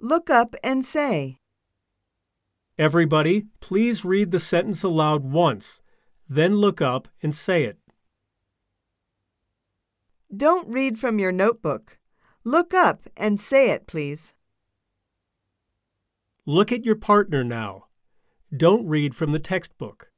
Look up and say. Everybody, please read the sentence aloud once, then look up and say it. Don't read from your notebook. Look up and say it, please. Look at your partner now. Don't read from the textbook.